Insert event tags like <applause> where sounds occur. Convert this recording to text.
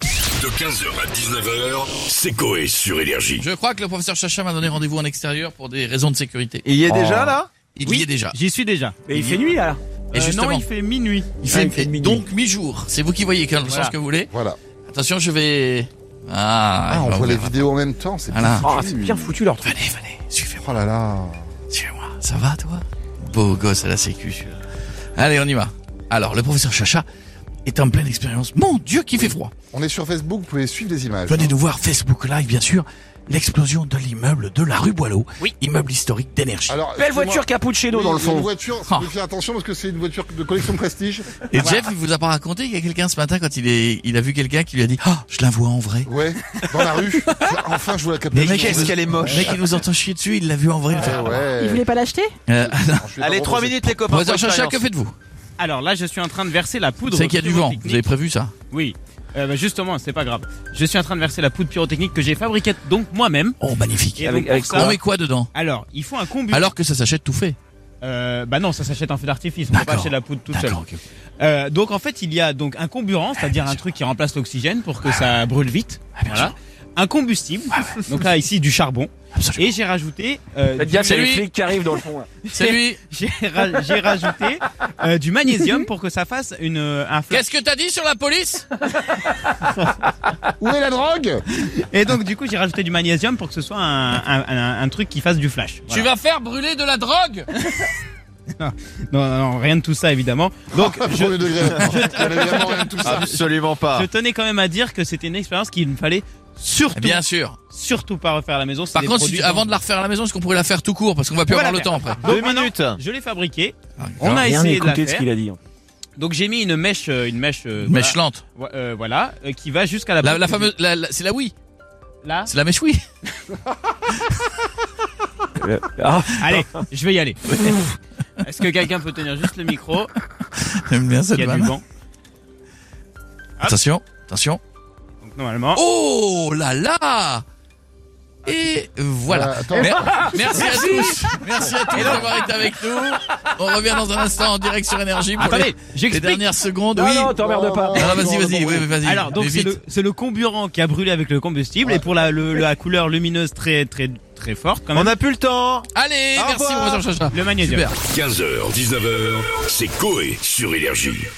De 15h à 19h, c'est Coé sur Énergie. Je crois que le professeur Chacha m'a donné rendez-vous en extérieur pour des raisons de sécurité. Oh. Il y est déjà là Il Oui. y est déjà. J'y suis déjà. Mais il fait nuit là Et Euh, justement, non, il fait minuit. il fait- il fait minuit. Ah, donc mi-jour. C'est vous qui voyez quel Voilà. sens que vous voulez. Voilà. Attention, je vais. Ah, Ah, il on va voit les ouvrir. vidéos en même temps, c'est Voilà. bien Ah foutu. c'est bien foutu leur truc Venez, venez, suivez-moi, Oh là là. suivez-moi. Ça va, toi Beau gosse à la sécu. celui-là. Allez, on y va. Alors, le professeur Chacha est en pleine expérience. Mon Dieu, qui fait froid. On est sur Facebook, vous pouvez suivre les images. hein. Venez nous voir Facebook Live, bien sûr. L'explosion de l'immeuble de la rue Boileau. Oui. Immeuble historique d'énergie. Alors, Belle excuse-moi, voiture cappuccino oui, dans le il y a Une fond voiture, Ah. faut faire attention parce que c'est une voiture de collection prestige. Et Jeff, il vous a pas raconté qu'il y a quelqu'un ce matin quand il est, il a vu quelqu'un qui lui a dit, ah, je la vois en vrai. Ouais, dans la <laughs> rue. Enfin, je vois la capitale. Eh est moche. Le mec, il nous entend chier dessus, il l'a vu en vrai. il fait, Ouais. Il voulait pas l'acheter Euh, Non, je suis Allez pas 3 bon, minutes les copains Professeur Chacha, que faites-vous Alors là, je suis en train de verser la Vous poudre. savez qu'il y a du vent, vous pyrotechnique. avez prévu ça Oui. Euh, bah, justement, c'est pas grave. Je suis en train de verser la poudre pyrotechnique que j'ai fabriquée donc moi-même. Oh, magnifique. Et Avec- donc, pour avec ça- On met quoi dedans Alors, il faut un combustible. Alors que ça s'achète tout fait. Euh, bah non, ça s'achète en feu d'artifice. On peut pas D'accord. acheter de la poudre toute seule. D'accord, ok. Euh, donc en fait, il y a donc un comburant, c'est-à-dire un truc qui remplace l'oxygène pour que ça brûle vite. Ah, bien Ah, Voilà. Un combustible. Donc là, ici, du charbon. Absolument. Et j'ai rajouté. euh, Faites gaffe, il y a C'est les lui. flics qui arrivent dans le fond. là. C'est lui. <laughs> J'ai ra- j'ai rajouté euh, du magnésium pour que ça fasse une euh, un feu. Qu'est-ce que t'as dit sur la police Où est la drogue Et donc du coup j'ai rajouté du magnésium pour que ce soit un, un, un- un truc qui fasse du flash. Tu vas faire brûler de la drogue Non, non, non, rien de tout ça évidemment. Donc je, <laughs> <laughs> Premier degré. Il y avait vraiment rien de tout ça. Absolument pas je tenais quand même à dire que c'était une expérience qu'il ne fallait surtout Eh Bien sûr. surtout pas refaire à la maison. c'est Par des contre, si produits tu- avant de la refaire à la maison, est-ce qu'on pourrait la faire tout court Parce qu'on va plus On va avoir le la temps après. Donc, maintenant, Je l'ai fabriqué. On a Ah, Rien essayé de la écouté de ce faire. qu'il a dit Donc j'ai mis une mèche euh, une mèche euh, Une Mèche lente. voilà, euh, voilà, euh, qui va jusqu'à la La, boîte la que fameuse, la- la- c'est la oui, j'ai- là. c'est la mèche <laughs> oui. Ah, Allez, je vais y <laughs> aller. Est-ce que quelqu'un peut tenir juste le micro J'aime bien cette Il y a du vanne. vent. Attention, attention. Donc normalement. Oh là là Et voilà. Euh, attends. Mer- merci à tous. Merci à tous d'avoir été avec nous. On revient dans un instant en direct sur Énergie pour les, Attendez, les j'explique. dernières secondes. non, oui. non, t'emmerdes Non, pas Ah, vas-y, vas-y, non, oui, oui, vas-y. Alors donc Mais c'est vite. le, c'est le comburant qui a brûlé avec le combustible Ouais. et pour la, le- la couleur lumineuse très très très forte quand On même. a plus le temps Allez, Au merci, revoir. professeur Chacha. Le magnésium. Super. 15h, 19h, c'est Coé sur Énergie.